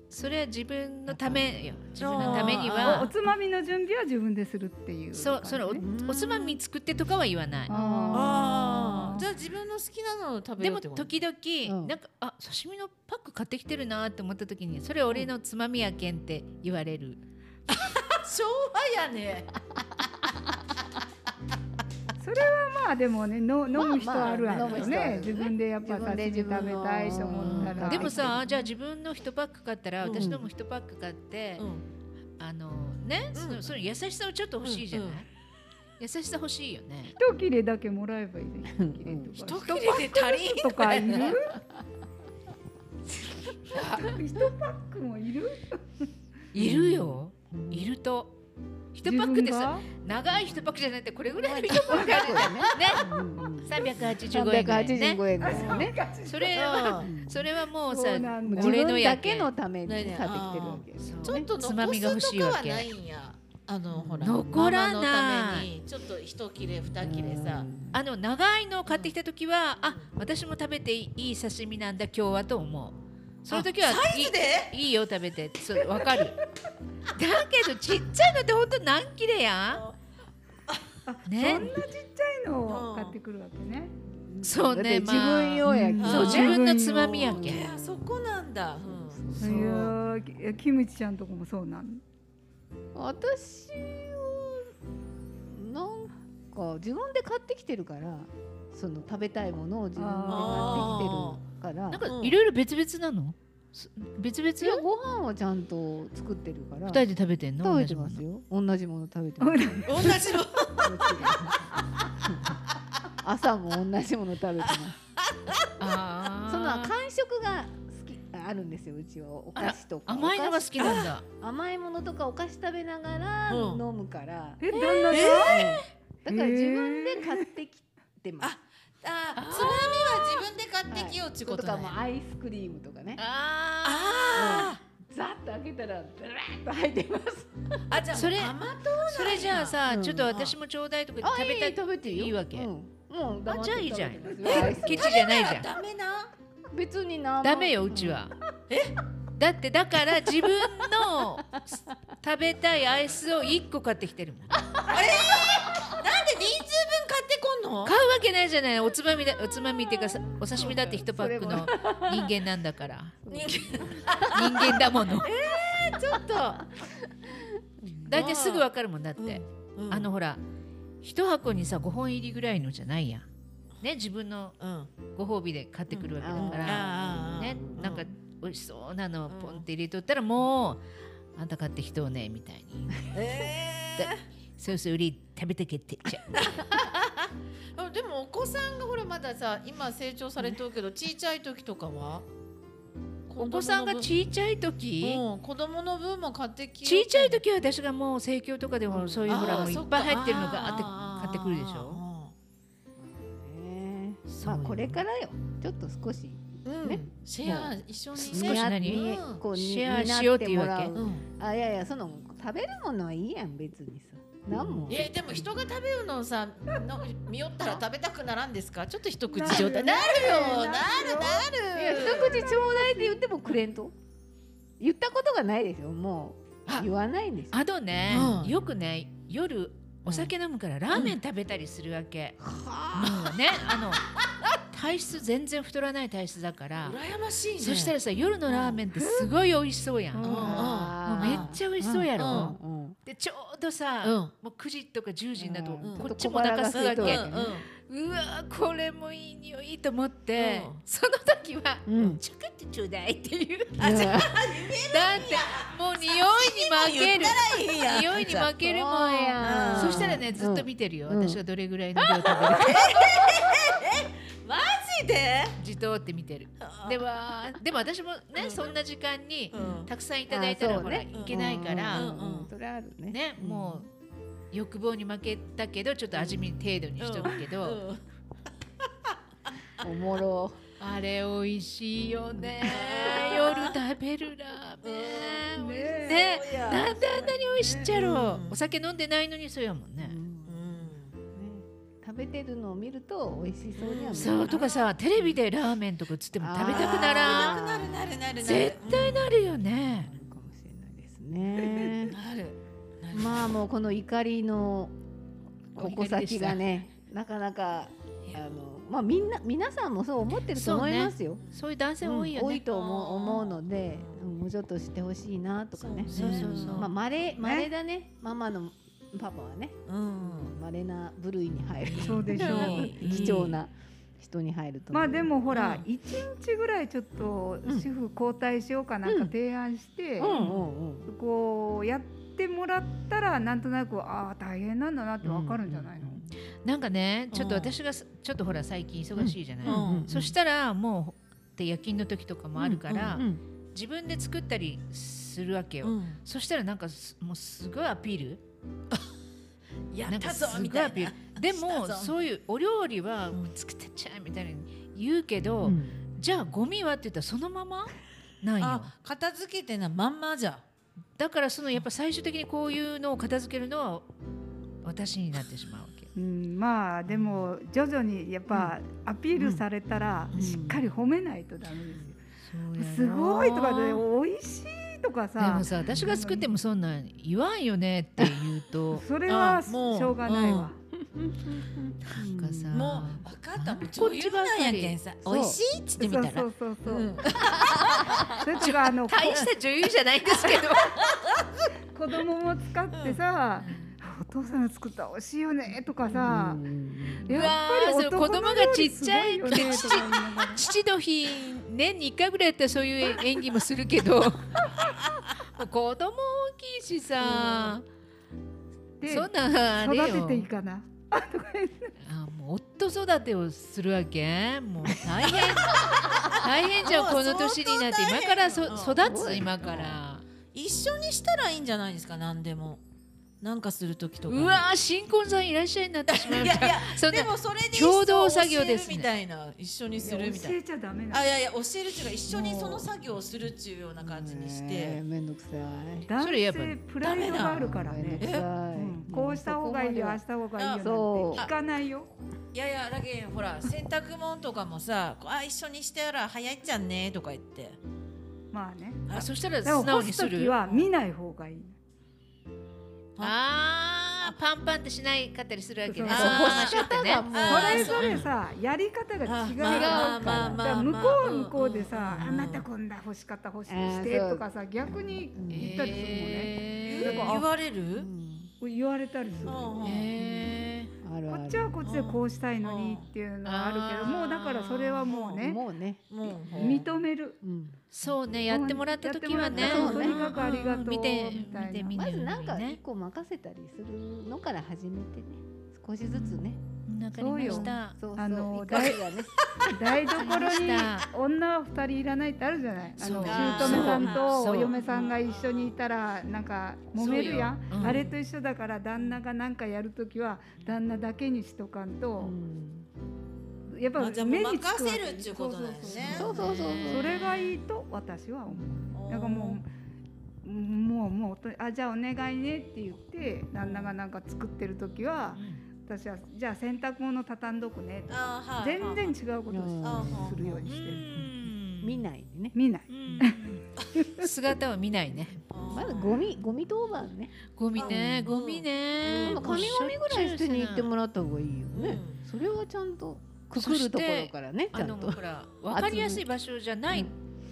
Speaker 1: それは自分のためよ自分のために
Speaker 3: あ
Speaker 2: お
Speaker 1: は
Speaker 2: つまみの準備は自分でするっていう感じね、
Speaker 1: そうそのおおつまみ作ってとかは言わない
Speaker 3: あ
Speaker 2: あ
Speaker 3: あ
Speaker 2: ー
Speaker 3: じゃあ自分の好きなのを食べ
Speaker 1: で
Speaker 3: よう
Speaker 1: も
Speaker 3: ってこと
Speaker 1: 時々、
Speaker 5: うん
Speaker 1: なんかあ刺身のパック買ってきてるなって思った時にそれ俺のつまみやけんって言われる
Speaker 3: あ 昭和やね
Speaker 2: それはまあでもねの飲む人
Speaker 5: まあまあ
Speaker 2: あるあるよね,、
Speaker 5: 飲む人あるよね
Speaker 2: 自分でやっぱ
Speaker 5: 自分で
Speaker 2: 刺身
Speaker 5: 自
Speaker 2: 食
Speaker 5: 分
Speaker 2: べ
Speaker 5: の
Speaker 2: たいと思った
Speaker 5: う
Speaker 2: ら
Speaker 5: ん
Speaker 1: でもさじゃあ自分の1パック買ったら
Speaker 3: うん
Speaker 1: 私のも1パック買って、
Speaker 3: うん
Speaker 1: あのね、そのその優しさをちょっと欲しいじゃない、
Speaker 3: うんうん
Speaker 1: 優しさ欲しいよね
Speaker 2: 一切れだけもらえばいいね一切れ
Speaker 3: 一
Speaker 2: とか
Speaker 3: 切れで足りん
Speaker 2: とかいる
Speaker 3: これ
Speaker 2: 一パックもいる
Speaker 1: いるよいると1一パックで
Speaker 2: 自
Speaker 1: さ
Speaker 2: 分が
Speaker 1: 長い一パックじゃなくてこれぐらいの一パックだよねね三百八 十五円ぐらいね
Speaker 5: 385円ぐらいね
Speaker 1: それはそれはもうさ
Speaker 2: そうなんだ
Speaker 5: 自
Speaker 1: 俺
Speaker 5: 分
Speaker 1: や
Speaker 5: だ
Speaker 1: け
Speaker 5: け
Speaker 1: ん
Speaker 5: のために買ってきてるわけですよ
Speaker 1: そう
Speaker 3: ちょっと
Speaker 1: つま
Speaker 3: 残
Speaker 1: みが欲
Speaker 3: す
Speaker 1: しい
Speaker 3: とか
Speaker 1: わ
Speaker 3: は
Speaker 1: け
Speaker 3: ないんやあのほら
Speaker 1: 残らない
Speaker 3: ママのためにちょっと一切れ二切れさ
Speaker 1: あの長いのを買ってきた時は、あ私も食べていい刺身なんだ今日はと思うそういう時は
Speaker 3: あサイズで
Speaker 1: いいいいよ食べてそうわかる だけどちっちゃいのって本当何切れやん
Speaker 2: そ
Speaker 1: ね
Speaker 2: んなちっちゃいのを買ってくるわけね。
Speaker 1: そう
Speaker 5: だって
Speaker 1: ね
Speaker 5: 自
Speaker 1: まあ
Speaker 5: 分用やけど
Speaker 2: うん
Speaker 1: そう
Speaker 3: あー
Speaker 1: 自分のつまみや
Speaker 3: い
Speaker 1: けん
Speaker 3: やそこなんだ、 うん、
Speaker 2: いやーキムチちゃんとこもそうなん。
Speaker 5: 私はなんか自分で買ってきてるからその食べたいものを自分で買ってきてるから
Speaker 1: なんか
Speaker 3: うん
Speaker 1: いろいろ別々なのす別
Speaker 5: いや
Speaker 1: 々
Speaker 5: ご飯はちゃんと作ってるから
Speaker 1: 二人で食べてんの
Speaker 5: 食べてま
Speaker 1: 同
Speaker 5: す
Speaker 1: じも
Speaker 5: よ同じもの食べてます
Speaker 3: 同じの
Speaker 5: 朝も同じもの食べてます
Speaker 1: のあー
Speaker 5: その感触が好きあるんですようちはお菓子とか
Speaker 1: 甘いのが好きなんだ
Speaker 5: お菓子甘いものとかお菓子食べながら
Speaker 3: う
Speaker 5: 飲
Speaker 3: ん
Speaker 5: むから、
Speaker 2: え旦那さん、
Speaker 5: だから自分で買ってきてます、
Speaker 3: あ
Speaker 1: あー
Speaker 3: ーつまみは自分で買ってきようっちゅう
Speaker 5: と
Speaker 3: こと
Speaker 5: か
Speaker 3: なん
Speaker 5: も
Speaker 3: や、
Speaker 5: アイスクリームとかね
Speaker 1: あ
Speaker 3: あ
Speaker 5: ザッと開けたらブラッと入ってます
Speaker 3: ーあじゃあ
Speaker 1: それ
Speaker 3: 甘党なん
Speaker 1: ー
Speaker 3: や
Speaker 1: それじゃあさ、
Speaker 5: うん
Speaker 1: ちょっと私もちょうだいとか 食べたい
Speaker 5: 食べて
Speaker 1: いいわけ
Speaker 5: うん、もう黙っ
Speaker 1: あじ
Speaker 5: て
Speaker 1: ゃあいいじゃん
Speaker 5: 食べてますアイス
Speaker 1: ケチじゃないじゃん
Speaker 3: ダメな
Speaker 5: 別にな
Speaker 1: ダメようちは。だってだから自分のす食べたいアイスを一個買ってきてるもん。買
Speaker 3: なんで人数分買ってこんの
Speaker 1: うわけないじゃない。おつまみだおつまみっていうかさお刺身だって一パックの人間なんだから。人間だ もの。
Speaker 3: ちょっと
Speaker 1: だいたいすぐわかるもんだっ
Speaker 3: うん
Speaker 1: て。あのほら一箱にさ5本入りぐらいのじゃないやん。ね自分の
Speaker 3: うんあ
Speaker 1: ご褒美で買ってくるわけだ
Speaker 5: うん
Speaker 1: か
Speaker 3: ー
Speaker 1: ら。
Speaker 3: あー
Speaker 1: ね
Speaker 3: う、
Speaker 1: なんか美味しそうなのをポンって入れとったらもう「あんた買ってきとうね」みたいに
Speaker 3: えー
Speaker 1: 「そうそう売り食べてけ」って言っちゃう
Speaker 3: あでもお子さんがほらまださ今成長されてるけどちいちゃい時とかは
Speaker 1: お子さんが
Speaker 3: い
Speaker 1: ちいちゃい時
Speaker 3: うん、子供の分も買ってき
Speaker 1: ちいちゃい
Speaker 3: 時
Speaker 1: 時は私がもう生協とかでもそういうほらもういっぱい入ってるのがあって買ってくるでしょ
Speaker 3: ょ
Speaker 5: ね
Speaker 1: そう
Speaker 5: ま
Speaker 1: よ
Speaker 5: あこれからよちょっと少し
Speaker 3: うん、
Speaker 5: ね
Speaker 3: シェア一緒に
Speaker 1: 少し
Speaker 3: ね
Speaker 1: 何
Speaker 5: に
Speaker 3: うん
Speaker 5: こう
Speaker 1: シェア
Speaker 5: に担
Speaker 1: しようっていう
Speaker 5: も
Speaker 1: わけ
Speaker 5: ら
Speaker 3: うん
Speaker 5: あいやいやその食べるものはいいやん別にさなんも
Speaker 3: いやでも人が食べるのをさの見よったら食べたくならんですかちょっと一口
Speaker 2: なる
Speaker 3: 状態なるよなるなる
Speaker 5: いや一口ちょうだいって言ってもくれんと言ったことがないですよも
Speaker 3: あ
Speaker 5: う言わないんですよ
Speaker 1: あとね、
Speaker 3: うん
Speaker 1: よくね夜お酒飲むからラーメン食べたりするわけ、もうねあの体質全然太らない体質だから、
Speaker 3: 羨ましいね
Speaker 1: そしたらさ夜のラーメンってすごい美味しそうやん、もう
Speaker 5: あー
Speaker 1: めっちゃ美味しそうやろ、
Speaker 3: うんう
Speaker 5: うんう
Speaker 3: ん
Speaker 5: ん
Speaker 1: でちょうどさ、
Speaker 3: うん
Speaker 1: もう9時とか10時になると、
Speaker 5: うん
Speaker 1: こっちもお腹すくわけ、う
Speaker 5: う
Speaker 1: んわ
Speaker 5: うん
Speaker 1: ーこれもいい匂いと思って、
Speaker 3: うん
Speaker 1: その時は、
Speaker 5: うん
Speaker 1: ちょくってちょうだいっていう
Speaker 5: あじゃあ
Speaker 1: だってもう匂いに負ける
Speaker 3: いいや
Speaker 1: 匂いに負けるも
Speaker 5: そうんやん
Speaker 1: そしたらねずっと見てるよ、
Speaker 5: うん
Speaker 1: 私がどれぐらいの量食べ るか
Speaker 3: マジで
Speaker 1: じとって見てるではでも私もね、そんな時間に
Speaker 3: うん
Speaker 1: たくさんいただいたら、
Speaker 5: あそ
Speaker 1: ほ
Speaker 5: う
Speaker 1: ら
Speaker 5: ね
Speaker 1: いけないから、
Speaker 5: うん
Speaker 3: うん
Speaker 5: うんそれあるね
Speaker 1: ねもう欲望に負けたけどちょっと味見程度にしとくけど、
Speaker 3: うん
Speaker 5: おもろ
Speaker 1: あれ美味しいよね。夜食べるラーメン。
Speaker 2: ねえ
Speaker 1: ね
Speaker 3: そうや
Speaker 1: なんであんなに美味しいっちゃろ
Speaker 3: う。
Speaker 1: うんお酒飲んでないのにそうやもん
Speaker 5: う
Speaker 1: ね。
Speaker 5: ん
Speaker 3: うん
Speaker 5: 食べてるのを見ると美味しそうには見える
Speaker 1: そうとかさテレビでラーメンとか映っても食べたくな
Speaker 5: あ
Speaker 1: ら
Speaker 5: ー
Speaker 1: ん
Speaker 3: なるなるなるなる
Speaker 1: 絶
Speaker 3: 対
Speaker 1: なるよね
Speaker 5: あ。るかもしれないです ね
Speaker 3: なる
Speaker 5: まあもうこの怒りの矛先がねなかなかあのまあみんな皆さんもそう思ってると思いますよ、
Speaker 1: そういう男性
Speaker 5: うん
Speaker 1: 多いよ
Speaker 5: 多い
Speaker 1: ね。
Speaker 5: と思う思うので、
Speaker 3: う
Speaker 5: うんん、もうちょっとしてほしいなとかね
Speaker 1: そうそうそう
Speaker 5: まあ稀稀だねママのパパはね
Speaker 3: うん
Speaker 5: 稀な部類に入 る
Speaker 2: そうでしょう。
Speaker 3: いい
Speaker 5: 貴重な人に入ると思
Speaker 2: ま
Speaker 5: う
Speaker 2: あでもほら
Speaker 3: うん
Speaker 2: 一日ぐらいちょっと
Speaker 5: ん
Speaker 2: 主婦交代しようかなんか提案して
Speaker 5: う、んうんうん
Speaker 2: こうやってもらったらなんとなくああ大変なんだなってわかるんじゃないの？
Speaker 1: なんかねちょっと私がすちょっとほら最近忙しいじゃない。
Speaker 3: うん
Speaker 1: そしたらもうで夜勤の時とかもあるから
Speaker 5: うんうん
Speaker 1: 自分で作ったりするわけよ。
Speaker 3: うん
Speaker 1: そしたらなんかすもうすごいアピール
Speaker 3: や
Speaker 1: な
Speaker 3: っ
Speaker 1: ん
Speaker 3: た
Speaker 1: か
Speaker 3: ぞ
Speaker 1: す
Speaker 3: み
Speaker 1: ごい
Speaker 3: た
Speaker 1: ア
Speaker 3: い
Speaker 1: ピー
Speaker 3: な
Speaker 1: ルでも
Speaker 3: したぞ
Speaker 1: そういうお料理は
Speaker 3: うん
Speaker 1: 作ってっちゃえみたいに言うけど、
Speaker 4: うん
Speaker 1: じゃあゴミはって言ったらそのままないよ
Speaker 3: あ片付けてなまんまじゃ
Speaker 1: だからそのやっぱ最終的にこういうのを片付けるのは私になってしまうわけ
Speaker 2: うん、まあでも徐々にやっぱアピールされたら
Speaker 3: うん
Speaker 2: しっかり褒めないとダメですよ。
Speaker 1: そう
Speaker 2: す
Speaker 1: やな
Speaker 2: ごいとかで美味しいとか
Speaker 1: で
Speaker 2: さ
Speaker 1: もさ私が作ってもそんなん言わんよねって言うと
Speaker 2: それは
Speaker 3: あ
Speaker 2: し
Speaker 3: もう
Speaker 2: ょうがないわ。
Speaker 1: なんかさ
Speaker 3: あもう分かったもう
Speaker 1: こっ
Speaker 3: 女優
Speaker 1: ちばっか
Speaker 3: なん
Speaker 1: り
Speaker 3: やけんさ
Speaker 1: そう
Speaker 3: 美味しいっつってみたら
Speaker 2: そうそうそうそう。
Speaker 3: うん
Speaker 2: それとかあのこ
Speaker 1: 大 した女優じゃないんですけど
Speaker 2: 子供も使ってさ、お父さんが作った美味しいよねとかさ、やっぱり
Speaker 1: うわーそう
Speaker 2: 男の料理
Speaker 1: 子供
Speaker 2: すごいよね
Speaker 1: がちっちゃいくて
Speaker 2: とか言いながら
Speaker 1: 父の日年に1回ぐらいやったらそういう演技もするけ どもう子供大きいしさ、
Speaker 2: で
Speaker 1: そんなあれよ
Speaker 2: 育てていいかな。
Speaker 1: あもう夫育てをするわけもう大変大変じゃん
Speaker 3: もう
Speaker 1: この年になって
Speaker 3: 相当大変
Speaker 1: 今からそ
Speaker 3: うん
Speaker 1: 育つ今から
Speaker 3: 一緒にしたらいいんじゃないですか何でもなんかする時とかに
Speaker 1: うわー新婚さんいらっしゃいになってしまう
Speaker 3: い
Speaker 1: じゃ
Speaker 3: や
Speaker 1: ん
Speaker 3: いや
Speaker 1: そんな
Speaker 3: でもそれで
Speaker 1: 共同作業ですね
Speaker 3: 一緒に教えるみたいな一緒にするみた
Speaker 2: いや
Speaker 3: いな
Speaker 2: 教えちゃダメな
Speaker 3: あ
Speaker 2: の
Speaker 3: いやいや教えるっていうか一緒にその作業をするっていうような感じにして、
Speaker 5: ねえめんどくさい。
Speaker 2: 男
Speaker 1: それやっぱ
Speaker 2: 性プライドがあるから
Speaker 5: めん
Speaker 2: ね。
Speaker 5: どくさい
Speaker 2: うんこうした方がいいよ、ああした方がいいよなんて
Speaker 5: そう
Speaker 2: 聞かないよ。
Speaker 3: いやいやだけんほら洗濯物とかもさこうあ一緒にしてやら早いじゃんねとか言って
Speaker 2: まあね。
Speaker 1: あそしたら
Speaker 2: でも
Speaker 1: 素直に
Speaker 2: 干
Speaker 1: す
Speaker 2: す時
Speaker 1: る
Speaker 2: は見ない方がいい。
Speaker 1: あーパンパンってしないかったりするわけね
Speaker 2: そうそ
Speaker 1: あ
Speaker 2: う
Speaker 1: ー干し方ね
Speaker 5: もう
Speaker 3: あ
Speaker 2: そ
Speaker 3: ー
Speaker 2: れぞれさやり方が違うから
Speaker 3: あまあまあまあまあ
Speaker 2: だから向こうは向こうでさ
Speaker 3: うん
Speaker 2: あまたこんな欲しかった欲しいして
Speaker 5: あーそ
Speaker 2: と
Speaker 5: う
Speaker 2: かさ逆に
Speaker 5: うん
Speaker 2: 言ったりするもんね
Speaker 1: え
Speaker 2: だ
Speaker 1: ー
Speaker 2: から
Speaker 3: 言われる、
Speaker 5: うん
Speaker 2: 言われたりする
Speaker 3: う
Speaker 2: こ
Speaker 3: んうん
Speaker 1: え
Speaker 5: あるある。
Speaker 2: っちはこっちでこうしたいのにっていうのはあるけど
Speaker 1: うん
Speaker 2: もうだからそれはもうね
Speaker 5: もうね。
Speaker 3: もう
Speaker 2: 認める
Speaker 5: うん。
Speaker 1: そうねやってもらった時はね
Speaker 2: やってもらったそうとにかくありがとう
Speaker 1: 見て
Speaker 2: みたいな
Speaker 1: 見て見
Speaker 5: ま
Speaker 1: ぬ
Speaker 5: ずなんか一
Speaker 1: ね
Speaker 5: 個任せたりするのから始めてね。少しずつね。
Speaker 1: わかりました
Speaker 5: そうそう。
Speaker 2: あの
Speaker 5: 一回がね。
Speaker 2: 台所
Speaker 1: わかりまし
Speaker 2: に
Speaker 1: た
Speaker 2: 女二人いらないってあるじゃないあ
Speaker 1: そう
Speaker 2: の姑さんと
Speaker 1: そう
Speaker 2: お嫁さんが一緒にいたらなんか揉めるやん
Speaker 1: そうようん
Speaker 2: あれと一緒だから旦那が何かやるときは旦那だけにしとかん
Speaker 5: う
Speaker 2: と
Speaker 5: ん
Speaker 2: やっぱ
Speaker 3: あじゃあもう
Speaker 2: 目につくわ
Speaker 3: 任
Speaker 2: け
Speaker 3: せるっていうことなんですね
Speaker 5: そうそうそう
Speaker 3: ね
Speaker 2: それがいいと私は思う。なんかもうもうもうとあじゃあお願いねって言って旦那がなんか作ってる時は私はじゃあ洗濯物畳んどくね
Speaker 3: あーはい
Speaker 2: 全然違うことを
Speaker 5: うん
Speaker 2: しするようにしてる
Speaker 5: 見ないでね。
Speaker 2: 見ない
Speaker 1: うん姿は見ないね
Speaker 5: まずゴミゴミ当番ね。
Speaker 1: ゴミねゴミね
Speaker 5: でも神々ぐらいしてに行ってもらった方がいいよね。それはちゃんとくくるところからね、ち
Speaker 1: あ
Speaker 5: ゃ
Speaker 1: の
Speaker 5: んと。
Speaker 1: ほら分かりやすい場所じゃない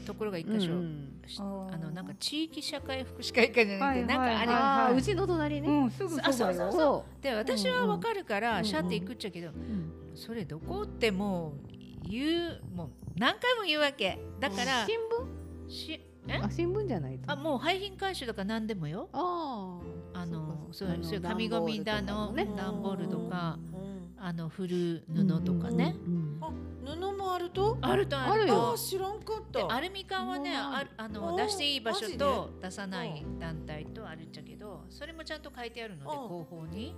Speaker 1: ところが一箇所
Speaker 5: うんうん
Speaker 1: し
Speaker 2: あー
Speaker 1: あのなんか地域社会福祉会館じゃなくて
Speaker 2: は
Speaker 1: な
Speaker 2: い
Speaker 1: んかあ
Speaker 2: はい
Speaker 1: れ
Speaker 2: はい
Speaker 5: ああ、うちの隣
Speaker 2: う
Speaker 5: ね。
Speaker 2: んすぐそばよ
Speaker 5: そ
Speaker 1: で私は分かるか
Speaker 5: うんう
Speaker 1: ら
Speaker 5: ん
Speaker 1: シャって行くっちゃけど
Speaker 5: う。うん
Speaker 1: それどこってもう言うもう何回も言うわけだから
Speaker 5: 新
Speaker 1: しえ
Speaker 5: 聞？あ、新聞じゃないと。
Speaker 1: あもう廃品回収だから何でもよ
Speaker 5: ああ。
Speaker 1: あの
Speaker 5: そ
Speaker 1: そう
Speaker 5: か
Speaker 1: うそういう紙ゴミだの
Speaker 5: ね。
Speaker 1: 段ボールとか
Speaker 3: うん
Speaker 1: あの古布とかね
Speaker 5: うんうん
Speaker 3: あ布もあると
Speaker 1: あるとあ
Speaker 5: ある
Speaker 1: る
Speaker 5: よ
Speaker 3: あー知らんかっ
Speaker 1: で
Speaker 3: た
Speaker 1: アルミ缶はね
Speaker 5: もうな
Speaker 1: あ
Speaker 5: い
Speaker 1: あ
Speaker 3: お
Speaker 1: の
Speaker 3: ー
Speaker 1: 出していい場所
Speaker 3: マジで
Speaker 1: と出さない団体とあるんじゃけどそれもちゃんと書いてあるので
Speaker 3: うん
Speaker 1: 広報に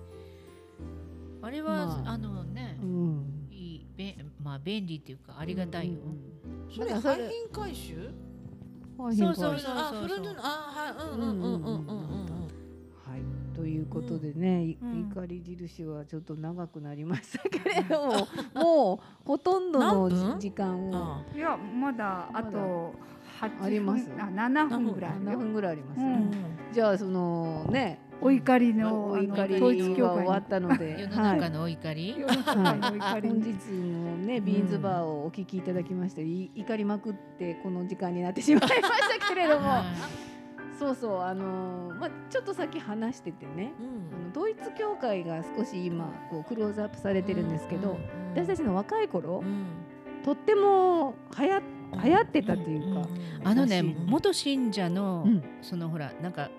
Speaker 1: あれは、
Speaker 5: まあ
Speaker 1: あ、のね
Speaker 5: う、ん。
Speaker 1: いいべまあ便利っていうかありがたいよ、
Speaker 5: うん。
Speaker 3: それ
Speaker 5: なんかそ
Speaker 3: 廃
Speaker 5: れ
Speaker 3: 品回収
Speaker 5: はい
Speaker 1: そうそう
Speaker 5: はい
Speaker 1: そう
Speaker 3: あ古布あはいうんうんうんうんうんうんうん
Speaker 5: はい、ということでね、い
Speaker 1: うん
Speaker 5: 怒り印はちょっと長くなりましたけれ ども、もうほとんどの
Speaker 3: 何分
Speaker 5: 時間を
Speaker 3: あ
Speaker 2: いやまだあと八分
Speaker 5: あります
Speaker 2: あ七分ぐらい
Speaker 5: 7分ぐらいあります、
Speaker 2: う
Speaker 3: ー
Speaker 2: ん
Speaker 5: じゃあそのね、
Speaker 2: お怒りの
Speaker 5: お
Speaker 2: あの
Speaker 5: 怒り
Speaker 2: 統一
Speaker 5: が
Speaker 2: 教会
Speaker 5: 終わったので、
Speaker 1: 世の
Speaker 5: はい
Speaker 1: 中のお怒り、
Speaker 2: 世の中のお怒り
Speaker 5: 本
Speaker 2: に
Speaker 5: 日のねビーンズバーをお聞きいただきまして、い怒りまくってこの時間になってしまいましたけれども
Speaker 1: はい
Speaker 5: そうそうあのーまあちょっとさっき話しててね
Speaker 3: う
Speaker 5: あ
Speaker 3: ん
Speaker 5: の統一教会が少し今こうクローズアップされてるんですけど、
Speaker 3: うん
Speaker 5: 私たちの若い頃、
Speaker 3: うん
Speaker 5: とってもはや流行ってたというか、
Speaker 1: あのね
Speaker 5: らしい
Speaker 1: 元信者の、
Speaker 5: うん
Speaker 1: そのほらなんか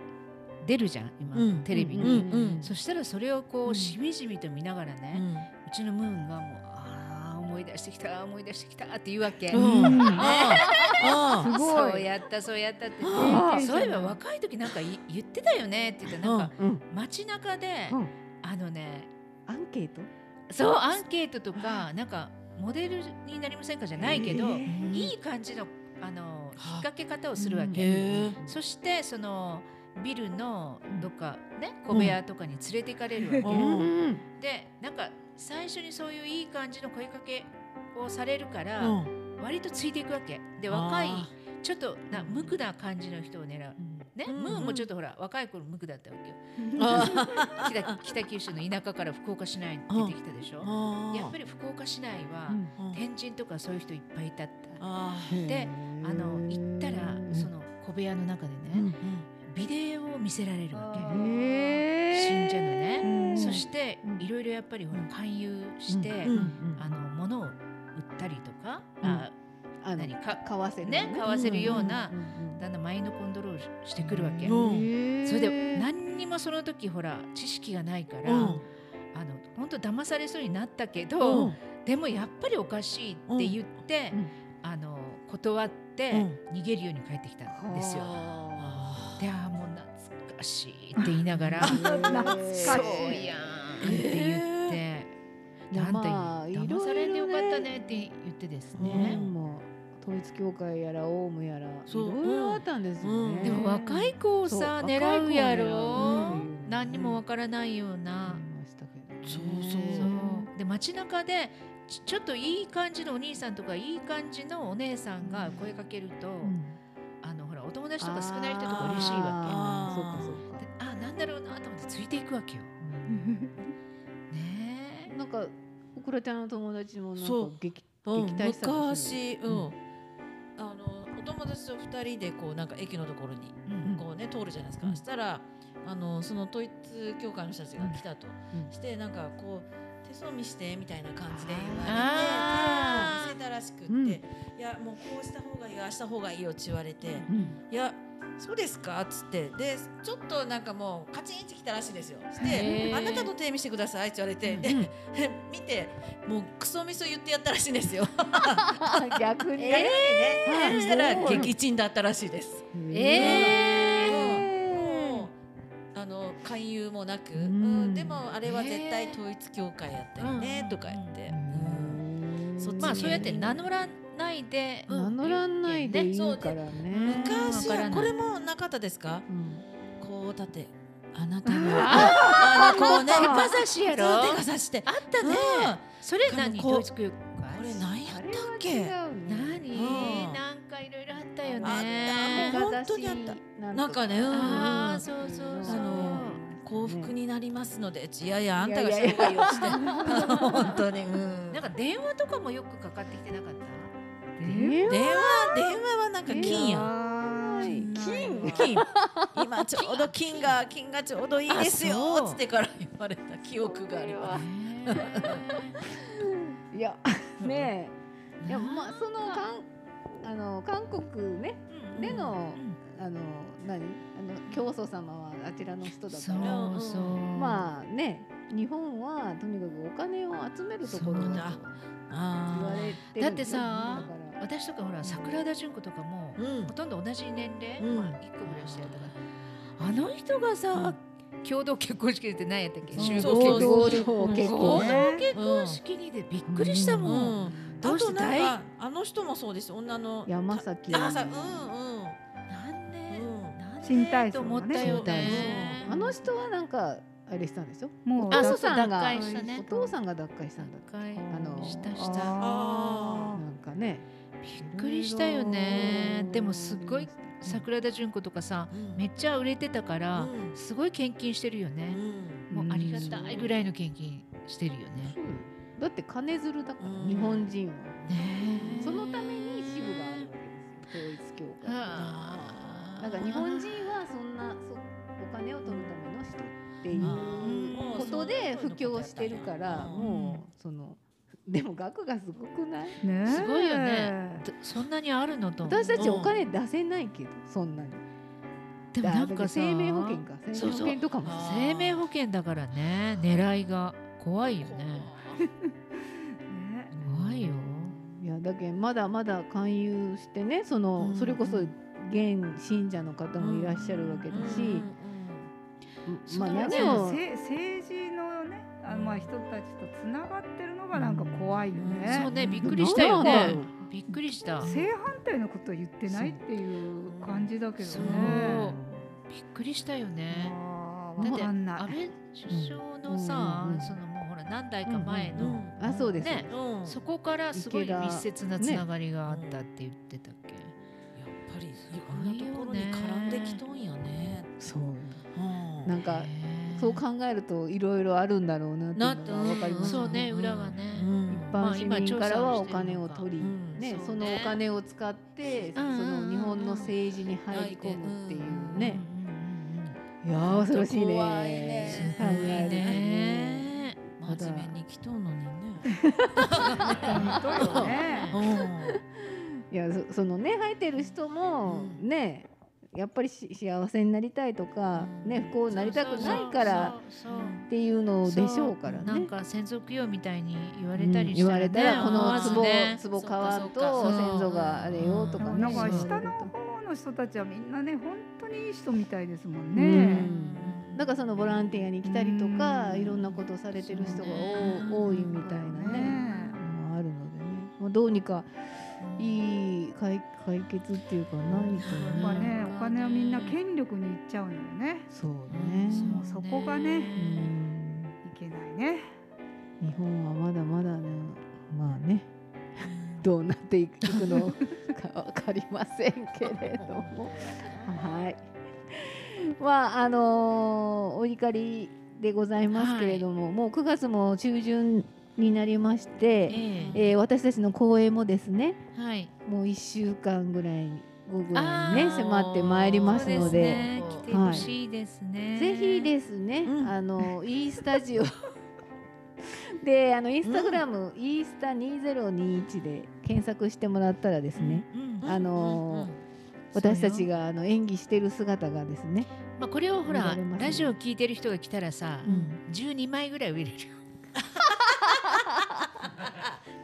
Speaker 1: 出るじゃん今、
Speaker 3: うん
Speaker 1: テレビに、
Speaker 5: うんうん
Speaker 1: そしたらそれをこう、
Speaker 3: うん
Speaker 1: しみじみと見ながらね、うちのムーンがもうああ思い出してきた思い出してきたって言うわけ。
Speaker 3: うん
Speaker 1: あ
Speaker 3: うん
Speaker 2: すご
Speaker 1: そう
Speaker 2: い。
Speaker 1: やったそうやったって
Speaker 2: あー
Speaker 1: そういえば若い時なんかい言ってたよねって言ったらなんか
Speaker 5: うん
Speaker 1: 街中で、
Speaker 5: うん
Speaker 1: あのね
Speaker 5: アンケート
Speaker 1: そうアンケートとかなんかモデルになりませんかじゃないけど、
Speaker 5: えー
Speaker 1: いい感じのあの引っ
Speaker 3: は
Speaker 1: 掛け方をするわけ、
Speaker 3: へ
Speaker 1: そしてそのビルのどっかね小部屋とかに連れて行かれるわけ、
Speaker 3: えうん
Speaker 1: でなんか最初にそういういい感じの声かけをされるから、
Speaker 3: うん
Speaker 1: 割とついていくわけで
Speaker 3: あー
Speaker 1: 若いちょっとな無垢な感じの人を狙う。ね、
Speaker 3: うん
Speaker 1: ムーもちょっとほら若い頃無垢だったわけよ
Speaker 3: あ
Speaker 1: 北 北九州の田舎から福岡市内に出てきたでしょ
Speaker 3: あ
Speaker 1: やっぱり福岡市内は、
Speaker 3: うん
Speaker 1: 天神とかそういう人いっぱいいたった
Speaker 3: あ
Speaker 1: であの行ったらその小部屋の中でね、
Speaker 3: ーうん
Speaker 1: ビデオを見せられるわけ
Speaker 5: え
Speaker 1: 信者のね、
Speaker 2: うん
Speaker 1: そして
Speaker 5: うん
Speaker 1: いろいろやっぱりほら勧誘して、
Speaker 3: うん
Speaker 1: あの物を売ったりとか、
Speaker 5: うん
Speaker 1: あ
Speaker 5: あの
Speaker 1: 何か
Speaker 5: 買わせる
Speaker 1: ね買わせるような
Speaker 5: うんうん
Speaker 1: だんだんマインドコントロールしてくるわけ、
Speaker 3: うん
Speaker 1: それで何にもその時ほら知識がないから、
Speaker 3: うん
Speaker 1: あの本当騙されそうになったけ
Speaker 3: う
Speaker 1: ど、
Speaker 3: ん
Speaker 1: でもやっぱりおかしいって言って、
Speaker 5: うんうん
Speaker 1: あの断って
Speaker 3: う
Speaker 1: 逃げるように帰ってきたんですよ。
Speaker 3: あ
Speaker 1: であーもう懐かしいって言いなが ら
Speaker 2: 懐か
Speaker 1: 「
Speaker 2: しい。
Speaker 1: そうやん」って言って。
Speaker 5: いや
Speaker 1: なんて
Speaker 5: まあいろいろね
Speaker 1: 騙されてよかったねって言ってです
Speaker 5: ね
Speaker 1: ね、
Speaker 5: もう統一教会やらオウムやらい
Speaker 3: そう
Speaker 5: ろいろあったんですよ
Speaker 3: う
Speaker 5: ね。
Speaker 3: ん
Speaker 1: でも若い子を
Speaker 5: そう
Speaker 1: さ
Speaker 5: 若い子を
Speaker 1: 狙うやろ
Speaker 5: 狙うっていうね
Speaker 1: 何にもわからないような、
Speaker 5: 思いましたけどね
Speaker 3: そうそう
Speaker 1: そ
Speaker 3: ん
Speaker 1: うで街中でちちょっといい感じのお兄さんとかいい感じのお姉さんが声かけると、
Speaker 5: うん
Speaker 1: あのほらお友達とか少ない人とか嬉しいわ
Speaker 5: あ
Speaker 3: わ
Speaker 5: ー
Speaker 3: け
Speaker 5: そっかそっ
Speaker 1: け
Speaker 5: か
Speaker 1: であなんだろうなと思ってついていくわけよ。ね
Speaker 5: なんかオクラちゃんの友達もなんか
Speaker 3: そう
Speaker 5: 激
Speaker 3: うん
Speaker 5: 撃退したんです
Speaker 3: 昔、う
Speaker 5: うん
Speaker 3: ん、あのお友達と二人でこうなんか駅のところに
Speaker 1: え、うん
Speaker 3: こうね通るじゃないですか、
Speaker 5: うん
Speaker 3: したらあのその統一教会の人たちが来たと、
Speaker 5: うん
Speaker 3: してなんかこう手相見してみたいな感じで言われて
Speaker 1: あー
Speaker 3: 手を見せたらしくって、
Speaker 5: うん
Speaker 3: いやもうこうした方がいいよああした方がいいよって言われて、
Speaker 5: うん
Speaker 3: いやそうですかっつってでちょっとなんかもうカチンってきたらしいんですよし
Speaker 1: へ
Speaker 3: て
Speaker 1: ー
Speaker 3: 「あなたの手見してください」って言われて、で 見てもうクソみそ言ってやったらしいんですよ。
Speaker 5: あ 逆に
Speaker 3: ね
Speaker 5: はい
Speaker 3: そしたら
Speaker 5: すごい
Speaker 3: 激沈だったらしいです。もうあの勧誘もなく、
Speaker 5: ん
Speaker 3: うん、でもあれは
Speaker 1: ね
Speaker 3: 絶対統一教会やったよね、
Speaker 1: うん
Speaker 3: とか言って、
Speaker 5: そ
Speaker 3: そっち
Speaker 1: まあ
Speaker 3: に
Speaker 1: そうやって名乗らないで、
Speaker 5: 名乗らないでいい
Speaker 1: そ
Speaker 5: か
Speaker 1: うで
Speaker 5: ら
Speaker 1: うん
Speaker 5: ね。
Speaker 3: 昔
Speaker 1: わからな
Speaker 3: は
Speaker 1: い
Speaker 3: これもなかったですか
Speaker 5: うん
Speaker 3: こうだってあなたがあのこうね
Speaker 1: 手かざしやろ
Speaker 3: そう手かさしてあったね、
Speaker 1: それ何
Speaker 3: こう
Speaker 1: 統一教会
Speaker 3: これ何や
Speaker 5: あ
Speaker 3: っ
Speaker 5: れ
Speaker 3: た
Speaker 5: は
Speaker 3: っ
Speaker 5: 違
Speaker 3: け
Speaker 5: うね
Speaker 1: 何、
Speaker 3: うん
Speaker 1: なんかいろいろあったよ
Speaker 3: あった
Speaker 1: ね。
Speaker 3: もう本当にあったなんかねうん
Speaker 1: ああそうそうそう。
Speaker 3: あの幸福になりますのでいやいやあんたが
Speaker 5: いや
Speaker 3: 商
Speaker 5: いやい
Speaker 3: 売をして 本当に、うん、
Speaker 1: なんか電話とかもよくかかってきてなかった。
Speaker 5: 電話
Speaker 3: 電話電話はなんか金やん
Speaker 2: 金
Speaker 3: 金 今ちょうど金が金がちょうどいいです
Speaker 1: あそ
Speaker 3: よ
Speaker 1: う
Speaker 3: つってから言われた記憶があります。
Speaker 5: いや ね えいや
Speaker 1: なんか
Speaker 5: まあその韓あの韓国ねでのあの何あの教祖様はあちらの人だ
Speaker 1: そ
Speaker 5: か
Speaker 1: う
Speaker 5: ら
Speaker 1: そう。あ
Speaker 5: まあね日本はとにかくお金を集めるところ
Speaker 1: そう
Speaker 5: だ
Speaker 3: だ
Speaker 5: と言わ
Speaker 3: あ
Speaker 5: れてるんですよ
Speaker 1: だってさ
Speaker 5: だから
Speaker 1: 私とかほら桜田淳子とかも
Speaker 3: ーうん
Speaker 1: ほとんど同じ年齢、一
Speaker 3: うん
Speaker 1: 個ぐらいしてたから。あの人がさ共同結婚式って何やったっけ？
Speaker 3: そう
Speaker 1: 集
Speaker 3: そう
Speaker 1: 合
Speaker 3: そう
Speaker 1: 結婚
Speaker 5: 合同結
Speaker 1: 合
Speaker 5: 婚
Speaker 1: 同
Speaker 2: ね
Speaker 1: 結婚式にでびっくりした
Speaker 3: う
Speaker 1: もん。
Speaker 3: ん。
Speaker 1: ど
Speaker 3: あ
Speaker 1: うし
Speaker 3: と
Speaker 1: て
Speaker 3: なん
Speaker 1: 大
Speaker 3: かあの人もそうです女の
Speaker 5: 山崎
Speaker 3: 山崎うんうん
Speaker 1: なんで
Speaker 3: うん
Speaker 1: なんで
Speaker 2: 新体
Speaker 1: と
Speaker 2: 操
Speaker 1: 思
Speaker 2: の
Speaker 1: っ
Speaker 2: ね
Speaker 1: たよ
Speaker 5: 新体
Speaker 1: ね。
Speaker 5: あの人はなんかあれしたんでしょ
Speaker 2: もう
Speaker 1: あそう
Speaker 5: お父さんが
Speaker 1: 脱会したね
Speaker 5: お父さんが脱会したんだ
Speaker 1: 脱会
Speaker 5: あの
Speaker 1: したし
Speaker 2: あ
Speaker 1: た。
Speaker 2: ー
Speaker 5: なんかね
Speaker 1: びっくりしたよね。でもすっごい桜田淳子とかさ、めっちゃ売れてたから、
Speaker 3: うん
Speaker 1: すごい献金してるよ
Speaker 3: う
Speaker 1: ね。
Speaker 3: ん
Speaker 1: もうありがたいぐらいの献金してるよね。
Speaker 5: そうよだって金づるだから、
Speaker 3: うん
Speaker 5: 日本人は
Speaker 1: ねえ
Speaker 5: そのために支部があるわけですよ統一教会
Speaker 1: あー
Speaker 5: なんか日本人はそんなそお金を取るための人ってい
Speaker 3: あ
Speaker 5: う
Speaker 3: ーもう
Speaker 5: ことで布教してるから
Speaker 3: うん
Speaker 5: もうそのでも額がすごくない
Speaker 2: ねえ
Speaker 1: すごいよね。どそんなにあるのと思う。
Speaker 5: 私たちお金出せないけどそんなに
Speaker 1: でもなんかさ
Speaker 5: 生命保険か生
Speaker 1: そ
Speaker 5: 命
Speaker 1: う
Speaker 5: 保
Speaker 1: そう
Speaker 5: 険とかも
Speaker 3: あ
Speaker 1: 生命保険だからね、狙いが怖いよね。
Speaker 2: ね
Speaker 1: 怖いよ。
Speaker 5: いやはい、だけんまだまだ勧誘してねその、
Speaker 3: うん
Speaker 5: それこそ現信者の方もいらっしゃるわけだし、
Speaker 3: うん
Speaker 5: まあ
Speaker 3: その
Speaker 5: 何
Speaker 2: でも
Speaker 5: を
Speaker 2: せ政治のねあのまあ人たちとつながってるのがなんか怖いよ
Speaker 3: うん
Speaker 2: ね
Speaker 1: そう。ねびっくりしたよ
Speaker 5: なんだ
Speaker 1: ね
Speaker 5: ろう
Speaker 1: びっくりした
Speaker 2: 正反対のことを言ってないっていう感じだけど
Speaker 1: そう
Speaker 2: ね。
Speaker 1: びっくりしたよね
Speaker 2: あ
Speaker 1: だ
Speaker 2: ー
Speaker 1: っ
Speaker 2: わ
Speaker 1: て
Speaker 2: かん
Speaker 1: 安
Speaker 2: ない。
Speaker 1: 倍首相のさ
Speaker 5: うんうんうん
Speaker 1: そのもうほら何代か前
Speaker 3: うん
Speaker 1: の
Speaker 5: あそうです、
Speaker 1: ね
Speaker 3: うん
Speaker 1: そこからすごい
Speaker 5: 池田
Speaker 1: 密接なつながりがあったって言ってたっけ
Speaker 3: やっぱりいろんなところに絡んできとんやね。
Speaker 5: そう
Speaker 3: うん
Speaker 5: なんか
Speaker 1: ね
Speaker 5: そう考えるといろいろあるんだろうな
Speaker 3: な
Speaker 5: っていうのがわかります
Speaker 1: そうね裏がね
Speaker 3: うん
Speaker 5: 一般市民からはお金を取り、
Speaker 3: うん
Speaker 5: ね
Speaker 3: そ
Speaker 5: そう
Speaker 3: ね
Speaker 5: のお金を使って、
Speaker 1: うんうんうんうん
Speaker 5: その日本の政治に入り込むっていうね、
Speaker 1: うんうんうん
Speaker 5: いやー恐ろしいね
Speaker 3: 怖いね
Speaker 5: 考える
Speaker 1: ね
Speaker 5: まだ
Speaker 3: 真面目に来とんのにね。
Speaker 2: 本当よね。
Speaker 5: いやそそのね生えてる人も
Speaker 3: う
Speaker 5: ね、やっぱりし幸せになりたいとか、
Speaker 3: うん
Speaker 5: ね不幸になりたくないから
Speaker 1: そうそうそう
Speaker 5: っていうの
Speaker 1: そう
Speaker 5: でしょうから
Speaker 1: なん
Speaker 5: ね。
Speaker 1: か専属供養みたいに言わ
Speaker 5: う
Speaker 1: れ
Speaker 5: ん
Speaker 1: たりし
Speaker 5: 言わ
Speaker 1: た
Speaker 5: れ
Speaker 1: らね、
Speaker 5: たらこ
Speaker 1: 思わ
Speaker 5: の
Speaker 1: ず
Speaker 5: 壺
Speaker 1: ね
Speaker 5: 壺買わんと
Speaker 3: そうかそうか
Speaker 5: 先祖があれよとかね。
Speaker 2: なんか
Speaker 5: 言われる
Speaker 2: 下の
Speaker 5: と
Speaker 2: 方の人たちはみんなね本当にいい人みたいですもん
Speaker 5: う
Speaker 2: ね。
Speaker 5: んだからそのボランティアに来たりとか、
Speaker 2: うん
Speaker 5: いろんなことをされてる人が
Speaker 3: そうね
Speaker 5: 多多いみたいなね、のがあるのでね、まあ、どうにかいい解解決っていうかないと
Speaker 2: やっぱねお金はみんな権力に行っちゃうのよね。
Speaker 5: そうね、
Speaker 2: もうそこがね
Speaker 5: うん
Speaker 2: いけないね。
Speaker 5: 日本はまだまだねまあねどうなっていくのかわかりませんけれどもはいまああのーお怒りでございますけれども、もう9月も中旬になりまし
Speaker 1: え
Speaker 5: て、
Speaker 1: え
Speaker 5: えー私たちの公演もですね
Speaker 1: はい、
Speaker 5: もう1週間ぐらい後ぐらいに
Speaker 1: あ
Speaker 5: ね
Speaker 1: ー
Speaker 5: 迫ってまいりますの
Speaker 1: そう
Speaker 5: で。
Speaker 1: ですね、来てほしいですね。
Speaker 5: ぜひですね、
Speaker 3: うん
Speaker 5: あの e スタジ オであのインスタグラム、イースタ2021で検索してもらったらですね、
Speaker 1: うん
Speaker 5: あのー
Speaker 3: うん
Speaker 5: 私たちがあの演技してる姿がですね、
Speaker 1: まあこれをほら
Speaker 5: 見られますね
Speaker 1: ラジオ聞いてる人が来たらさ、十二枚ぐらい売れる。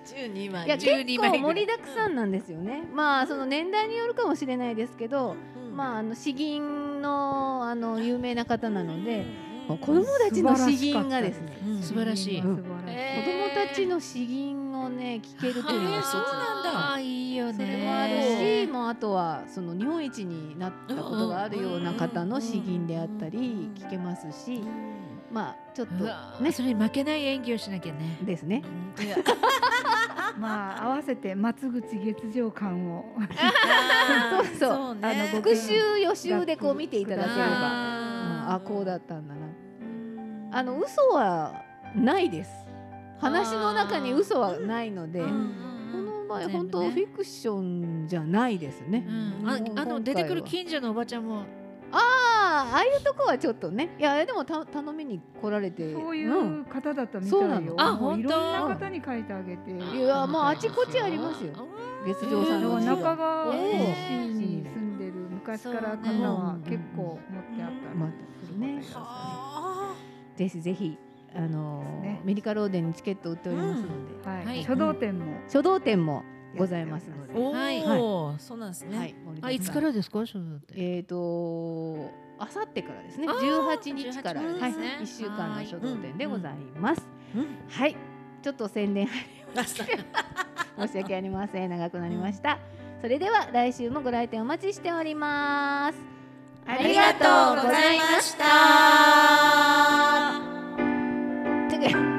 Speaker 3: 十二枚。
Speaker 5: いや
Speaker 1: 12
Speaker 5: 結構
Speaker 1: 枚ぐら
Speaker 5: 盛
Speaker 1: い
Speaker 5: りだくさんなんですよね、まあその年代によるかもしれないですけど、まああの詩吟のあの有名な方なので、
Speaker 3: うん
Speaker 5: 子供たちの詩吟がですね
Speaker 3: うん
Speaker 1: 素晴らしい
Speaker 2: 素晴らしい。
Speaker 5: 子供たちの詩吟をね聞けるというのが
Speaker 1: あー
Speaker 5: 一つ
Speaker 3: そうなんだ
Speaker 1: あーいいよ
Speaker 5: そ
Speaker 1: ね。
Speaker 5: れもあるし、もうあとはその日本一になったことがあるような方の詩吟であったり聞けますし、まあちょっ
Speaker 1: う
Speaker 5: と
Speaker 1: わーそれに負けない演技をしなきゃね。
Speaker 5: ですね。
Speaker 3: いや
Speaker 2: まあ合わせて松口月上感を
Speaker 5: そうそう、
Speaker 3: そうね
Speaker 5: あの復習予習でこう見ていただければ、うん
Speaker 1: あー
Speaker 5: あこうだったんだな。あの嘘はないです。話の中に嘘はないので、
Speaker 1: う
Speaker 5: こ
Speaker 1: ん
Speaker 5: の場合
Speaker 1: 全部
Speaker 5: 本当
Speaker 1: ね
Speaker 5: フィクションじゃないですね。
Speaker 1: うん、あ
Speaker 5: もう今
Speaker 1: あ
Speaker 5: 回は
Speaker 1: の出てくる近所のおばちゃんも
Speaker 5: ああああいうとこはちょっとね、いやでもた頼みに来られて、
Speaker 2: そうい
Speaker 5: ん
Speaker 2: う方だったみ
Speaker 5: そう
Speaker 2: た
Speaker 5: ない
Speaker 2: よ
Speaker 5: の。
Speaker 1: あ
Speaker 2: もういろんな
Speaker 1: 本
Speaker 2: 方に書いてあげて。
Speaker 5: いやまああちこちありますよ月上さん
Speaker 2: だか
Speaker 5: の
Speaker 2: ら
Speaker 5: 字
Speaker 2: 中
Speaker 5: が
Speaker 2: 川
Speaker 5: ええ
Speaker 2: 市に住んでる昔から方は結構持ってあったり
Speaker 5: ま
Speaker 2: す
Speaker 5: た
Speaker 2: るの
Speaker 5: ね
Speaker 2: で
Speaker 3: あ
Speaker 5: ぜひぜひあのー
Speaker 2: ですね
Speaker 5: メディカローデンにチケット売っておりますので、
Speaker 2: はい
Speaker 1: はい
Speaker 2: 書道展も
Speaker 5: 書道展もございますので
Speaker 3: ー、お
Speaker 1: はい
Speaker 3: お、そうなんですね。
Speaker 5: はい、盛りだくさん
Speaker 1: あいつからですか所蔵って。
Speaker 5: えっ、とあさってからですね
Speaker 1: あー
Speaker 5: 18日から
Speaker 1: 18
Speaker 5: はい
Speaker 1: ですね
Speaker 5: 一週間
Speaker 1: は
Speaker 5: の
Speaker 1: い
Speaker 5: 書道展でございます
Speaker 3: うん
Speaker 5: はい、ちょっと宣伝
Speaker 3: 出した
Speaker 5: 申し訳ありません長くなりましたそれでは来週もご来店お待ちしておりますあ
Speaker 3: ありがとうございました。
Speaker 5: す